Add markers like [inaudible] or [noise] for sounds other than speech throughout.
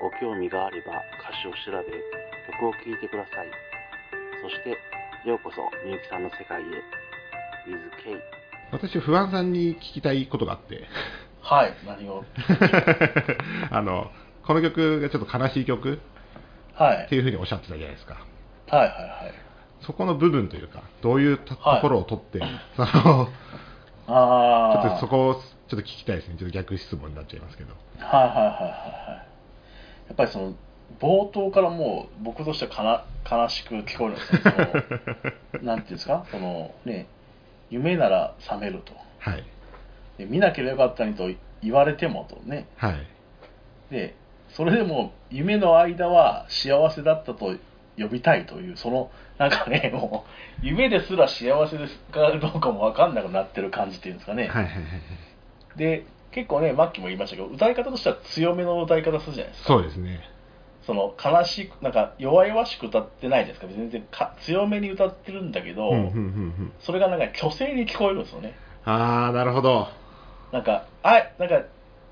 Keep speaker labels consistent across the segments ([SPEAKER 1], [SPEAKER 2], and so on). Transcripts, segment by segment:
[SPEAKER 1] ご興味があれば歌詞を調べ、曲を聴いてください。そして、ようこそみゆきさんの世界へ。with K。
[SPEAKER 2] 私、不安さんに聞きたいことがあ
[SPEAKER 3] [laughs]
[SPEAKER 2] って、
[SPEAKER 3] はい、何を。
[SPEAKER 2] あの、この曲がちょっと悲しい曲
[SPEAKER 3] はい。
[SPEAKER 2] っていうふうにおっしゃってたじゃないですか。
[SPEAKER 3] はいはいはい。
[SPEAKER 2] そこの部分というか、どういうと
[SPEAKER 3] はい
[SPEAKER 2] ところを取って、その、ち
[SPEAKER 3] あ
[SPEAKER 2] ょ
[SPEAKER 3] あ。
[SPEAKER 2] っとそこをちょっと聞きたいですね。ちょっと逆質問になっちゃいますけど。
[SPEAKER 3] はいはいはいはいはい。やっぱりその、冒頭からもう僕としてはかな悲しく聞こえるんですよ。そのなんていうんですか、そのね、夢なら覚めると。
[SPEAKER 2] はい。
[SPEAKER 3] で見なければよかったにと言われてもとね。
[SPEAKER 2] はい。
[SPEAKER 3] で、それでも夢の間は幸せだったと呼びたいという、その、なんかね、もう、夢ですら幸せですかどうかもわかんなくなってる感じっていうんですかね。
[SPEAKER 2] はいはいはいはい。
[SPEAKER 3] で結構ねマッキーも言いましたけど歌い方としては強めの歌い方するじゃないですか
[SPEAKER 2] そうですね。
[SPEAKER 3] その悲しくなんか弱々しく歌ってないじゃないですか全然か強めに歌ってるんだけ
[SPEAKER 2] う
[SPEAKER 3] ど、
[SPEAKER 2] んうんうんうん。
[SPEAKER 3] それがなんか虚勢に聞こえるんですよね
[SPEAKER 2] あー、なるほど。
[SPEAKER 3] なんかあなんか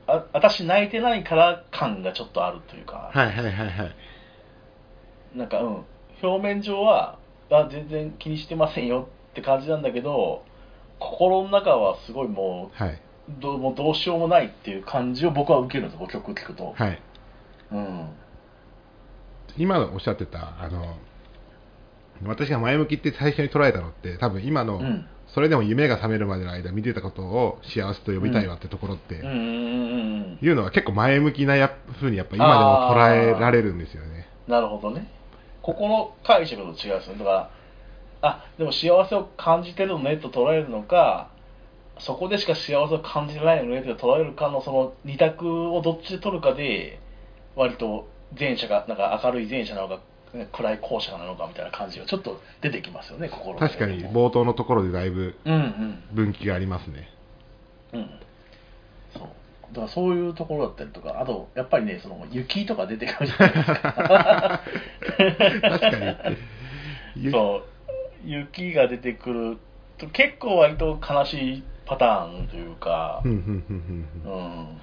[SPEAKER 3] あ私泣いてないから感がちょっとあるというか、
[SPEAKER 2] はいはいはいはい。
[SPEAKER 3] なんかうん表面上はあ全然気にしてませんよって感じなんだけど心の中はすごいも
[SPEAKER 2] はい。
[SPEAKER 3] うどうもうどうしようもないっていう感じを僕は受けるんですよ曲聴くと、
[SPEAKER 2] はい。
[SPEAKER 3] うん
[SPEAKER 2] 今おっしゃってた、あの、私が前向きって最初に捉えたのって、多分今の、
[SPEAKER 3] うん
[SPEAKER 2] それでも夢が覚めるまでの間見てたことを幸せと呼びたいわってところっ
[SPEAKER 3] うん
[SPEAKER 2] て、
[SPEAKER 3] うんうんうん
[SPEAKER 2] いうのは結構前向きなやふうにやっぱ今でも捉えられるんですよね。
[SPEAKER 3] なるほどねここの解釈と違うんですねだからあでも幸せを感じてるのねと捉えるのかそこでしか幸せを感じてないのねと捉えるかのその二択をどっちで取るかで割と前者がなんか明るい前者なのか暗い後者なのかみたいな感じがちょっと出てきますよね心の
[SPEAKER 2] 確
[SPEAKER 3] 中
[SPEAKER 2] かに冒頭のところでだいぶ
[SPEAKER 3] うんうん
[SPEAKER 2] 分岐があります
[SPEAKER 3] [laughs]
[SPEAKER 2] ね。
[SPEAKER 3] うんそうだからそういうところだったりとかあとやっぱりねその雪とか出てくるじゃないですか [laughs]
[SPEAKER 2] 確かに。ゆ
[SPEAKER 3] そう雪が出てくると結構割と悲しいパターンというか
[SPEAKER 2] ふ、んふんふんふん
[SPEAKER 3] う
[SPEAKER 2] ふん
[SPEAKER 3] ん、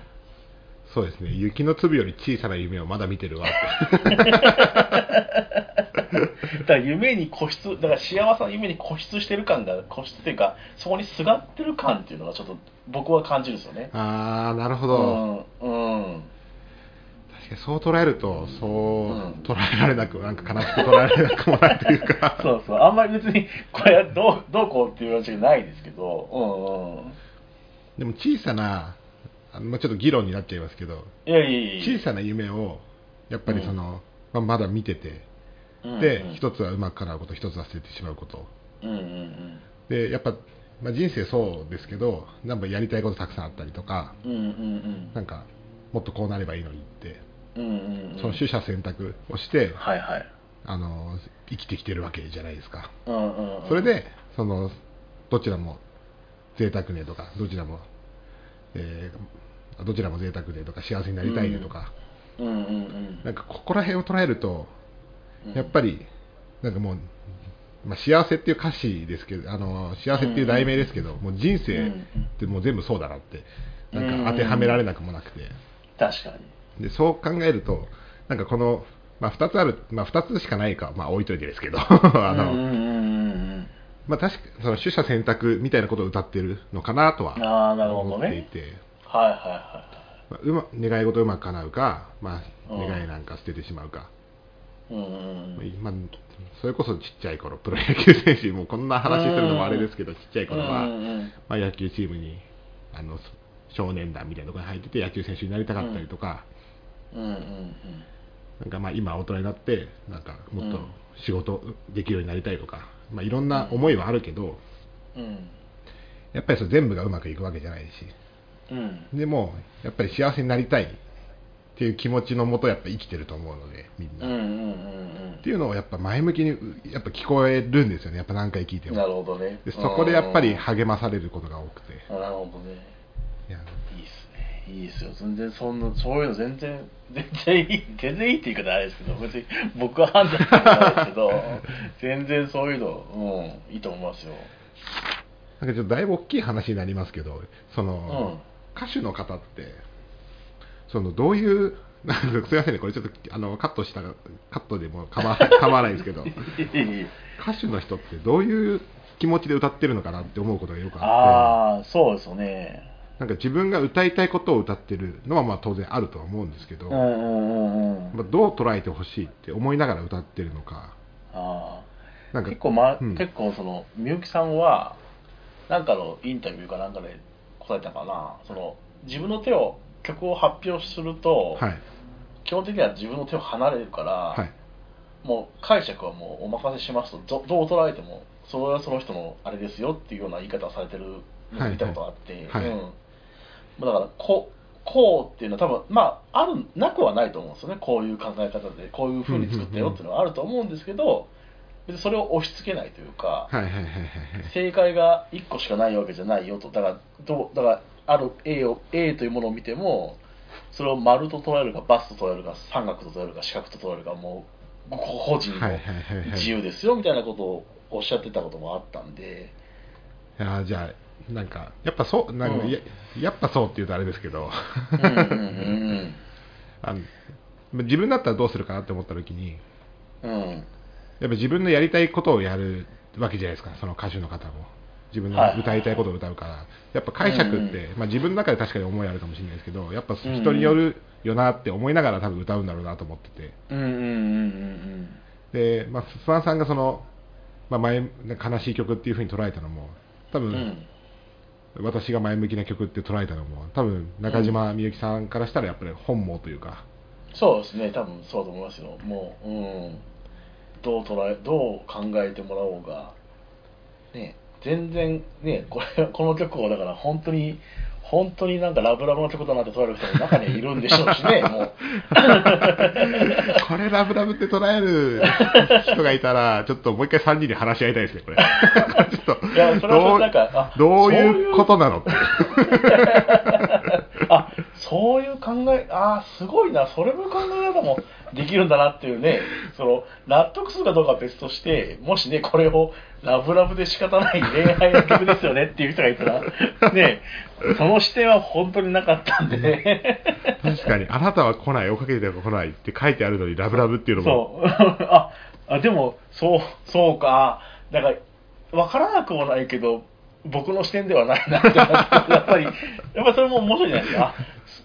[SPEAKER 2] そうですね。雪の粒より小さな夢をまだ見てるわって。
[SPEAKER 3] [laughs] だから夢に固執だから幸せの夢に固執してる感が固執っていうかそこにすがってる感っていうのがちょっと僕は感じるんですよね
[SPEAKER 2] あー、なるほど。
[SPEAKER 3] うん、うん、
[SPEAKER 2] 確かにそう捉えると、そう
[SPEAKER 3] うん
[SPEAKER 2] 捉えられなく、なんか悲しく捉えられなくもないというか。
[SPEAKER 3] そうそうあんまり別にこれはどうどうこうっていう話じゃないですけどうんうん
[SPEAKER 2] でも小さな、あのまあ、ちょっと議論になっちゃいますけど、
[SPEAKER 3] いやいやいや
[SPEAKER 2] 小さな夢をやっぱりその、まあ、まだ見ててで、
[SPEAKER 3] で
[SPEAKER 2] 一つはうまく叶うこと一つは捨ててしまうこと
[SPEAKER 3] うんうんうん
[SPEAKER 2] でやっぱ、まあ、人生そうですけどなんかやりたいことたくさんあったりとか
[SPEAKER 3] うんうん
[SPEAKER 2] なんかもっとこうなればいいのにって
[SPEAKER 3] うんうんうんうん
[SPEAKER 2] その取捨選択をして、
[SPEAKER 3] はいはい
[SPEAKER 2] あの生きてきてるわけじゃないですか
[SPEAKER 3] うんうんうん
[SPEAKER 2] それでそのどちらも贅沢ねとかどちらも、えーどちらも贅沢ねとか幸せになりたいねとか、
[SPEAKER 3] うんうんうん
[SPEAKER 2] なんかここら辺を捉えると
[SPEAKER 3] うん
[SPEAKER 2] やっぱり、なんかもう、まあ、幸せっていう歌詞ですけど、あの幸せっていう題名ですけど、もう人生ってもう全部そうだなって、なんか当てはめられなくもなくて、
[SPEAKER 3] 確かに
[SPEAKER 2] でそう考えると、なんかこの、まあ、2つある、まあ、2つしかないか、まあ、置いといてですけど、 [laughs] あの
[SPEAKER 3] うんうんうんうん
[SPEAKER 2] まあ、確かその取捨選択みたいなことを歌ってるのかなとは
[SPEAKER 3] あーなるほど
[SPEAKER 2] 思
[SPEAKER 3] ね
[SPEAKER 2] っていて、
[SPEAKER 3] はいはいは
[SPEAKER 2] まあうま、願い事をうまく叶うか、まあ、
[SPEAKER 3] うん
[SPEAKER 2] 願いなんか捨ててしまうか。
[SPEAKER 3] いうんうんうん
[SPEAKER 2] まあ、それこそちっちゃい頃プロ野球選手もこんな話するのもあれですけどちっちゃい頃は、
[SPEAKER 3] うんうんうん
[SPEAKER 2] まあ、野球チームにあの少年団みたいなところに入ってて野球選手になりたかったりとか,、
[SPEAKER 3] うんうんうん
[SPEAKER 2] なんかまあ今大人になってなんかもっと
[SPEAKER 3] うん
[SPEAKER 2] 仕事できるようになりたいとか、まあ、いろんな思いはあるけど、
[SPEAKER 3] うん
[SPEAKER 2] やっぱりそれ全部がうまくいくわけじゃないし
[SPEAKER 3] うん
[SPEAKER 2] でもやっぱり幸せになりたいっていう気持ちのもとやっぱ生きてると思うのでみん
[SPEAKER 3] う
[SPEAKER 2] な、
[SPEAKER 3] んうん
[SPEAKER 2] っ
[SPEAKER 3] うん
[SPEAKER 2] ていうのをやっぱ前向きにやっぱ聞こえるんですよねやっぱ何回聞いて
[SPEAKER 3] うんな
[SPEAKER 2] も
[SPEAKER 3] るほどね
[SPEAKER 2] でそこでやっぱり
[SPEAKER 3] うん
[SPEAKER 2] 励まされることが多くて
[SPEAKER 3] なるほどね
[SPEAKER 2] いや
[SPEAKER 3] いいっすねいいっすよ全然そんなそういうの全然全然いい全然いいって言い方あれですけど別に僕は判断してないですけど全然そういうのうんいいと思いますよ
[SPEAKER 2] なんかちょっとだいぶ大きい話になりますけどそうの
[SPEAKER 3] ん、
[SPEAKER 2] 歌手の方ってそのどういう [laughs] なんかすいませんねこれちょっとあのカットしたらカットでも
[SPEAKER 3] [laughs]
[SPEAKER 2] 構わ構わないですけど
[SPEAKER 3] いいいい
[SPEAKER 2] 歌手の人ってどういう気持ちで歌ってるのかなって思うことがよくあって
[SPEAKER 3] ああそうですよね
[SPEAKER 2] なんか自分が歌いたいことを歌ってるのはまあ当然あるとは思うんですけど、
[SPEAKER 3] うんうんうんうん
[SPEAKER 2] まあ、どう捉えてほしいって思いながら歌ってるのか
[SPEAKER 3] あ
[SPEAKER 2] な
[SPEAKER 3] あ
[SPEAKER 2] んか
[SPEAKER 3] 結構,、ま
[SPEAKER 2] うん
[SPEAKER 3] 結構そのみゆきさんはなんかのインタビューかなんかで答えたかなその自分の手を曲を発表すると、
[SPEAKER 2] はい
[SPEAKER 3] 基本的には自分の手を離れるから、
[SPEAKER 2] はい
[SPEAKER 3] もう解釈はもうお任せしますとどどう捉えてもそれはその人のあれですよっていうような言い方をされてるの
[SPEAKER 2] は
[SPEAKER 3] を
[SPEAKER 2] い
[SPEAKER 3] 見たことがあって、
[SPEAKER 2] はい
[SPEAKER 3] うん、まあだからこうこうっていうのは多分まああるなくはないと思うんですよねこういう考え方でこういうふうに作ったよっていうのはあると思うんですけど別にそれを押し付けないという
[SPEAKER 2] は
[SPEAKER 3] か、
[SPEAKER 2] いはいはいはいはい
[SPEAKER 3] 正解が1個しかないわけじゃないよとだからどうだからある A, を A というものを見てもそれを丸と捉えるかバスと捉えるか三角と捉えるか四角と捉えるかもうご個人
[SPEAKER 2] はいはい
[SPEAKER 3] の
[SPEAKER 2] はいはい
[SPEAKER 3] 自由ですよみたいなことをおっしゃってたこともあった
[SPEAKER 2] [laughs]
[SPEAKER 3] んで、
[SPEAKER 2] いやーじゃあなんかやっぱそうなんか、
[SPEAKER 3] うん
[SPEAKER 2] ややっぱそうっていうとあれですけど
[SPEAKER 3] うんうんうん
[SPEAKER 2] [laughs] あの自分だったらどうするかなって思った時に
[SPEAKER 3] うんうん
[SPEAKER 2] やっぱ自分のやりたいことをやるわけじゃないですかその歌手の方も自分
[SPEAKER 3] はい
[SPEAKER 2] の歌いたいことを歌うから、やっぱ解釈って、
[SPEAKER 3] う
[SPEAKER 2] まあ、自分の中で確かに思いあるかもしれないですけどやっぱ人によるよなって思いながら多分歌うんだろうなと思ってて。
[SPEAKER 3] うんうんうん
[SPEAKER 2] で、まあ、スワンさんがその、まあ、前悲しい曲っていうふうに捉えたのも多
[SPEAKER 3] うんうんう
[SPEAKER 2] 分、
[SPEAKER 3] ん
[SPEAKER 2] 私が前向きな曲って捉えたのも多分中島みゆきさんからしたらやっぱり本望というか、
[SPEAKER 3] そうですね多分そうだと思いますよもう、うん、どう捉えどう考えてもらおうがね全然ねこれこの曲をだから本当に本当になんかラブラブの曲だなって捉える人も中にはいるんでしょうしねもう
[SPEAKER 2] [laughs] これラブラブって捉え [laughs] る人がいたらちょっともう一回3人で話し合いたいですね [laughs] これちょっと
[SPEAKER 3] いやそれはそれなんかあ
[SPEAKER 2] どういうこととなのって
[SPEAKER 3] あそういう考えあーすごいなそれも考え方もできるんだなっていうねその納得するかどうかは別としてもしねこれをラブラブで仕方ない恋愛の曲ですよねっていう人がいたらねその視点は本当になかったんで、
[SPEAKER 2] 確かに「あなたは来ない追っかけては来ない」って書いてあるのにラブラブっていうのも
[SPEAKER 3] そう [laughs] ああでもそうそうかだから分からなくもないけど僕の視点ではないなって [laughs] なってやっぱりやっぱそれも面白いじゃないですかあ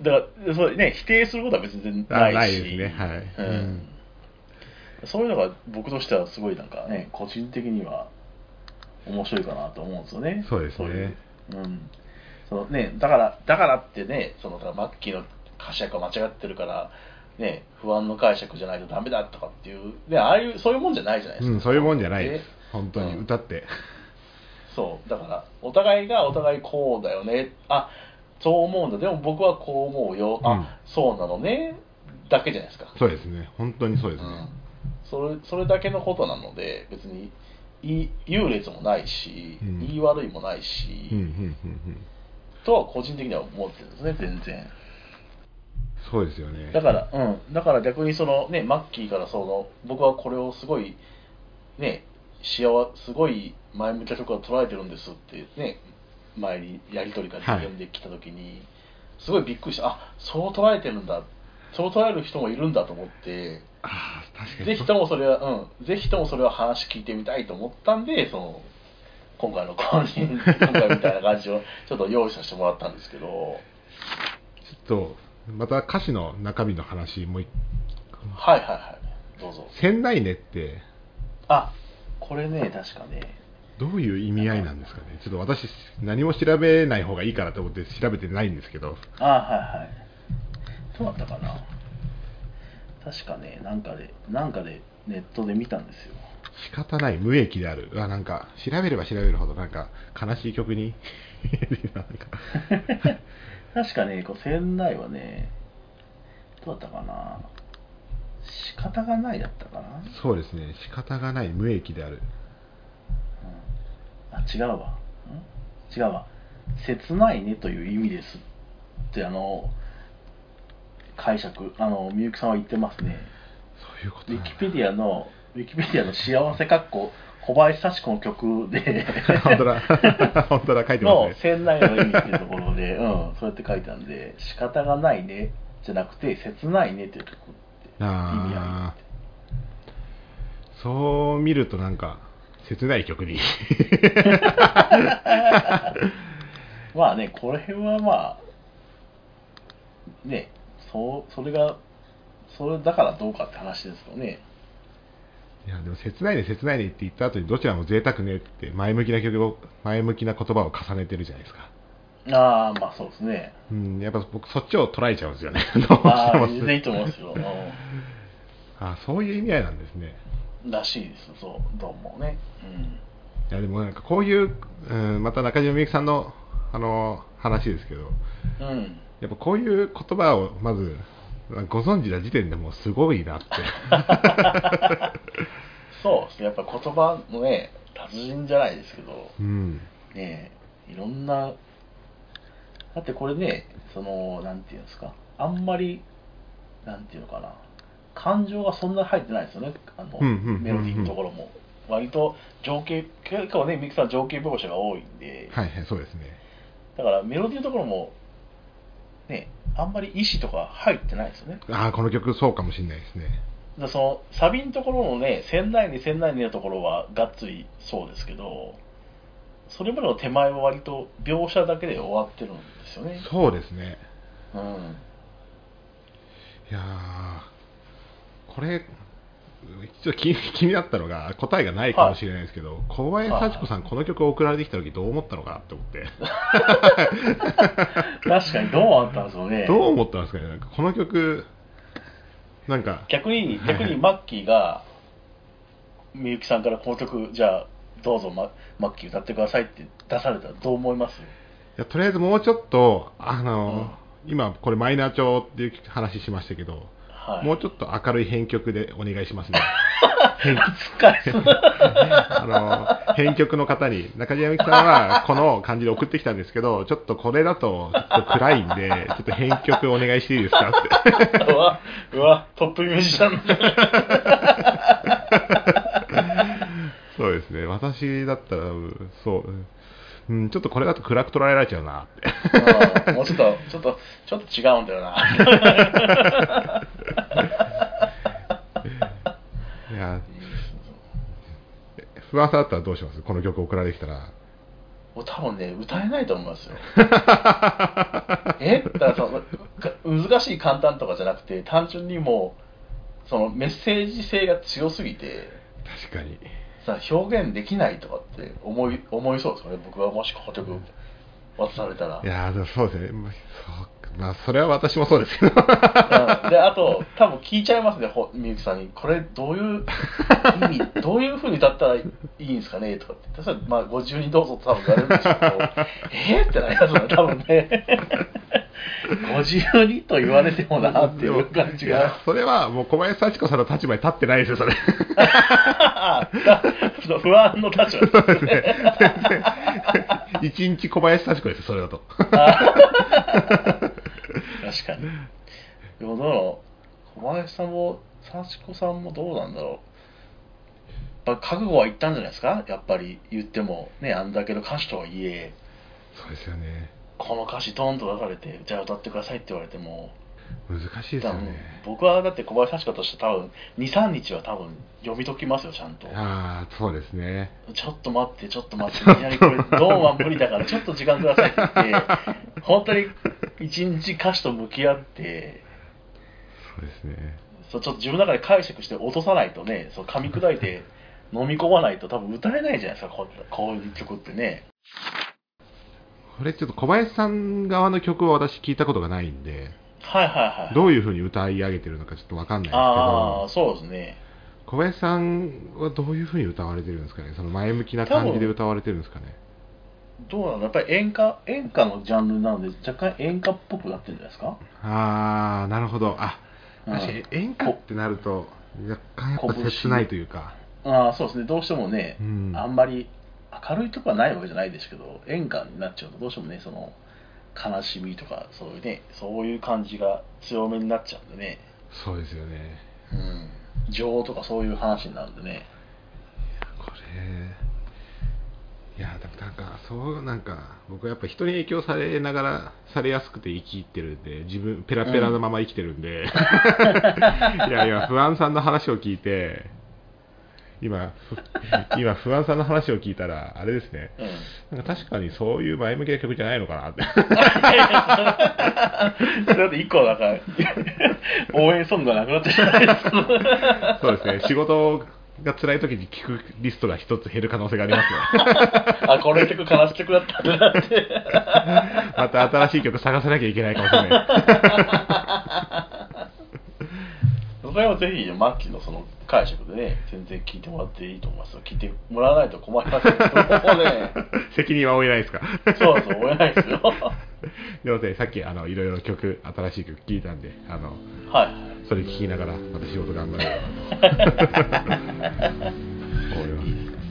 [SPEAKER 3] だからそう、ね、否定することは別に全然ない
[SPEAKER 2] あ
[SPEAKER 3] し
[SPEAKER 2] ないですねはい、
[SPEAKER 3] うん
[SPEAKER 2] うん
[SPEAKER 3] そういうのが僕としてはすごいなんかね個人的には面白いかなと思うんですよね
[SPEAKER 2] そうですね
[SPEAKER 3] いううんそのね、だからだからってねそのだからマッキーの解釈が間違ってるから、ね、不安の解釈じゃないとダメだとかっていう、ね、ああいうそういうもんじゃないじゃないです
[SPEAKER 2] う
[SPEAKER 3] か、
[SPEAKER 2] ん、そういうもんじゃないです
[SPEAKER 3] で
[SPEAKER 2] 本当に
[SPEAKER 3] うん
[SPEAKER 2] 歌って、
[SPEAKER 3] そうだからお互いがお互いこうだよねあそう思うんだでも僕はこう思うよ、
[SPEAKER 2] うん
[SPEAKER 3] あそうなのねだけじゃないですか
[SPEAKER 2] そうですね本当にそうですね、
[SPEAKER 3] それそれだけのことなので別にいい優劣もないし、
[SPEAKER 2] うん
[SPEAKER 3] 言い悪いもないし、
[SPEAKER 2] うんうんうんうん
[SPEAKER 3] とは個人的には思ってるんですね全然
[SPEAKER 2] そうですよね
[SPEAKER 3] だから、うん、だから逆にそのねマッキーからその僕はこれをすごいね幸せすごい前向きな曲を捉えてるんですってね前にやり取りが
[SPEAKER 2] はい
[SPEAKER 3] 読んできた時に、すごいびっくりしたあそう捉えてるんだそう捉える人もいるんだと思って
[SPEAKER 2] ああ
[SPEAKER 3] [laughs]
[SPEAKER 2] 確かに
[SPEAKER 3] ぜひともそれは、うん、ぜひともそれは話聞いてみたいと思ったんで、その今回の婚姻、 [laughs] 今回みたいな感じをちょっと用意させてもらったんですけど、
[SPEAKER 2] ちょっとまた歌詞の中身の話もう一
[SPEAKER 3] はいはいはい、どうぞ。
[SPEAKER 2] 千内ねって
[SPEAKER 3] あこれね、確かね、
[SPEAKER 2] どういう意味合いなんですかねちょっと私何も調べない方がいいからと思って調べてないんですけど
[SPEAKER 3] あはいはい、どうだったかな、確かね、なんかで、なんかでネットで見たんですよ。 [laughs]
[SPEAKER 2] 仕方ない無益であるうわなんか調べれば調べるほどなんか悲しい曲に [laughs] なんか
[SPEAKER 3] 確かね、こう、船内はね、どうだったかな仕方がないだったかな、
[SPEAKER 2] そうですね仕方がない無益である
[SPEAKER 3] うんあ違うわん違うわ切ないねという意味ですってあの解釈あのみゆきさんは言ってますね
[SPEAKER 2] そういうこ
[SPEAKER 3] ウ
[SPEAKER 2] とな
[SPEAKER 3] ィ
[SPEAKER 2] んだ
[SPEAKER 3] キペディアのウィキペディアの幸せかっこ小林幸子の曲で
[SPEAKER 2] 本当だ本当だ書いてま
[SPEAKER 3] の
[SPEAKER 2] すね
[SPEAKER 3] 船内の意味っていうところで、うん、そうやって書いたんで仕方がないねじゃなくて切ないねっていうところって意味合
[SPEAKER 2] あーそう見るとなんか切ない曲
[SPEAKER 3] [laughs]
[SPEAKER 2] に
[SPEAKER 3] い [laughs] まあねこの辺はまあねそうそれがそれだからどうかって話ですよね
[SPEAKER 2] いやでも切ないね切ないねって言った後にどちらも贅沢ねって前向きな曲を前向きな言葉を重ねてるじゃないですか
[SPEAKER 3] ああまあそうですね
[SPEAKER 2] うんやっぱ僕そっちを捉えちゃうんですよね
[SPEAKER 3] ま
[SPEAKER 2] ど
[SPEAKER 3] [laughs] あ
[SPEAKER 2] うしても
[SPEAKER 3] 全然いいと思いますよ、う
[SPEAKER 2] あそういう意味合いなんですね
[SPEAKER 3] ん、らしいですそうどうもねうん
[SPEAKER 2] いやでもなんかこういう、うん、また中島みゆきさんのあの話ですけど
[SPEAKER 3] うん、
[SPEAKER 2] やっぱこういう言葉をまずご存知な時点でもうすごいなって
[SPEAKER 3] そうですね、やっぱ言葉のね、達人じゃないですけど、
[SPEAKER 2] うん
[SPEAKER 3] ねえ、いろんな、だってこれね、その、なんていうんですか、あんまり、なんていうのかな、感情がそんな入ってないですよね、あの、
[SPEAKER 2] うんうんうんうん
[SPEAKER 3] メロディーのところも。割と情景、結構ね、ミキさんは情景描写が多いんで、
[SPEAKER 2] はいはいそうですね
[SPEAKER 3] だからメロディーのところも、ね、あんまり意思とか入ってないですよね。
[SPEAKER 2] ああこの曲そうかもしれないですね
[SPEAKER 3] だからそのサビのところのね、仙台に仙台にのところはがっつりそうですけど、それまでの手前は割と描写だけで終わってるんですよね。
[SPEAKER 2] そうですね
[SPEAKER 3] うん。
[SPEAKER 2] いやーこれちょっと気気になったのが答えがないかもしれないですけど、小林幸子さん、この曲送られてきた時どう思ったのかなって思って、
[SPEAKER 3] 確かにどうあったんですよね。
[SPEAKER 2] どう思ったんですかねなんかこの曲なんか
[SPEAKER 3] 逆に、逆にマッキーが、みゆきさんからこの曲、じゃあ、どうぞママッキー歌ってくださいって出されたらどう思います
[SPEAKER 2] いやとりあえずもうちょっとあの、今これマイナー調っていう話しましたけど、
[SPEAKER 3] はい。
[SPEAKER 2] もうちょっと明るい編曲でお願いしますね編
[SPEAKER 3] 使いそう
[SPEAKER 2] あの編曲の方に中島みゆきさんはこの感じで送ってきたんですけどちょっとこれだとちょっと暗いんでちょっと編曲お願いしていいですかっ
[SPEAKER 3] [laughs]
[SPEAKER 2] て
[SPEAKER 3] うわ、うわ、トップミュージシ
[SPEAKER 2] [laughs]
[SPEAKER 3] ャンだ。
[SPEAKER 2] そうですね私だったらうんそううん、ちょっとこれだと暗く捉えられちゃうなって
[SPEAKER 3] うんもうちょっと、ちょっと、ちょっと違うんだよな。
[SPEAKER 2] [laughs]
[SPEAKER 3] [laughs]
[SPEAKER 2] いや不安さだったらどうしますこの曲送られてきたら
[SPEAKER 3] もう多分ね、歌えないと思いますよ。 [laughs] えだからそのか難しい簡単とかじゃなくて、単純にもう、そのメッセージ性が強すぎて、
[SPEAKER 2] 確かに
[SPEAKER 3] さ表現できないとかって思い思いそうですよね、僕はもしこの曲渡されたら。
[SPEAKER 2] いやーでもそうですねまあそうまあそれは私もそうですけど
[SPEAKER 3] うんで、あと、多分聞いちゃいますね、ほみゆきさんに、これ、どういう意
[SPEAKER 2] [laughs]
[SPEAKER 3] 味、どういうふうに歌ったらいいんですかねとかって、そしたら、まあ、ご自由にどうぞって多分言われるんでしょう
[SPEAKER 2] [laughs]
[SPEAKER 3] けど、えーってなりますよね、多分ね。ご自由にと言われてもなっていう感じ
[SPEAKER 2] いや
[SPEAKER 3] が。
[SPEAKER 2] それはもう小林幸子さんの立場に立ってないですよそれ
[SPEAKER 3] [laughs] あだそう不安の立場ですね。 [laughs]
[SPEAKER 2] 一日小林幸子ですよそれだと
[SPEAKER 3] 確かに。でもどうだろう小林さんも、幸子さんもどうなんだろう。やっぱ覚悟は言ったんじゃないですかやっぱり言っても、ね、あんだけの歌手とはいえ、
[SPEAKER 2] そうですよね
[SPEAKER 3] この歌詞ドーンと出されて、じゃあ歌ってくださいって言われても、
[SPEAKER 2] 難しいです
[SPEAKER 3] 多
[SPEAKER 2] よ
[SPEAKER 3] 分
[SPEAKER 2] ね
[SPEAKER 3] 僕はだって小林幸子として多分、2、3日は多分読み解きますよ、ちゃんと。
[SPEAKER 2] ああそうですね
[SPEAKER 3] ちょっと待って、ちょっと待って、いきなりこれ、ドーンは無理だから、ちょっと時間くださいって言って、本当に一日歌詞と向き合って、
[SPEAKER 2] そうですね
[SPEAKER 3] そうちょっと自分の中で解釈して落とさないとね、そう噛み砕
[SPEAKER 2] [laughs]
[SPEAKER 3] いて飲み込まないと多分歌えないじゃないですか、こうこういう曲ってね。
[SPEAKER 2] これちょっと小林さん側の曲は私聞いたことがないんで
[SPEAKER 3] はいはいはい。
[SPEAKER 2] どういうふうに歌い上げてるのかちょっとわかんないですけ
[SPEAKER 3] ああ、
[SPEAKER 2] ど
[SPEAKER 3] そうですね。
[SPEAKER 2] 小林さんはどういうふうに歌われてるんですかねその前向きな感じで歌われてるんですかね
[SPEAKER 3] どうなのやっぱり演歌、演歌のジャンルなので、若干演歌っぽくなってるんじゃないですか
[SPEAKER 2] ああなるほどあ
[SPEAKER 3] うん
[SPEAKER 2] 確かに演歌ってなると若干やっぱ切ないというか、
[SPEAKER 3] ああそうですねどうしてもね、
[SPEAKER 2] うん
[SPEAKER 3] あんまり明るいとこはないわけじゃないですけど演歌になっちゃうとどうしてもねその悲しみとかそういうねそういう感じが強めになっちゃうんでね、
[SPEAKER 2] そうですよね
[SPEAKER 3] うん、情とかそういう話になるんでね
[SPEAKER 2] これいやでもなんかそうなんか僕はやっぱ人に影響されながらされやすくて生きてるんで自分ペラペラのまま生きてるんで、いや今不安さんの話を聞いて今ふ今不安さんの話を聞いたらあれですね
[SPEAKER 3] うん
[SPEAKER 2] なんか確かにそういう前向きな曲じゃないのかなって [laughs]
[SPEAKER 3] だって一個はなんか応援ソングがなくなっちゃうじゃないですか
[SPEAKER 2] そうですね仕事が辛い時に聴くリストが一つ減る可能性がありますね
[SPEAKER 3] あこの曲悲しい曲だったんだなって
[SPEAKER 2] また新しい曲探さなきゃいけないかもしれない
[SPEAKER 3] それはぜひマッキーのその解釈でね全然聞いてもらっていいと思いますよ聞いてもらわないと困りますよもうね
[SPEAKER 2] [laughs] 責任は負えないですか
[SPEAKER 3] そうそう追えないですよは
[SPEAKER 2] でもねさっきあのいろいろ曲新しい曲聴いたんであの
[SPEAKER 3] い
[SPEAKER 2] [laughs]
[SPEAKER 3] はい
[SPEAKER 2] それ聴きながらまた仕事頑張ろうかなと思います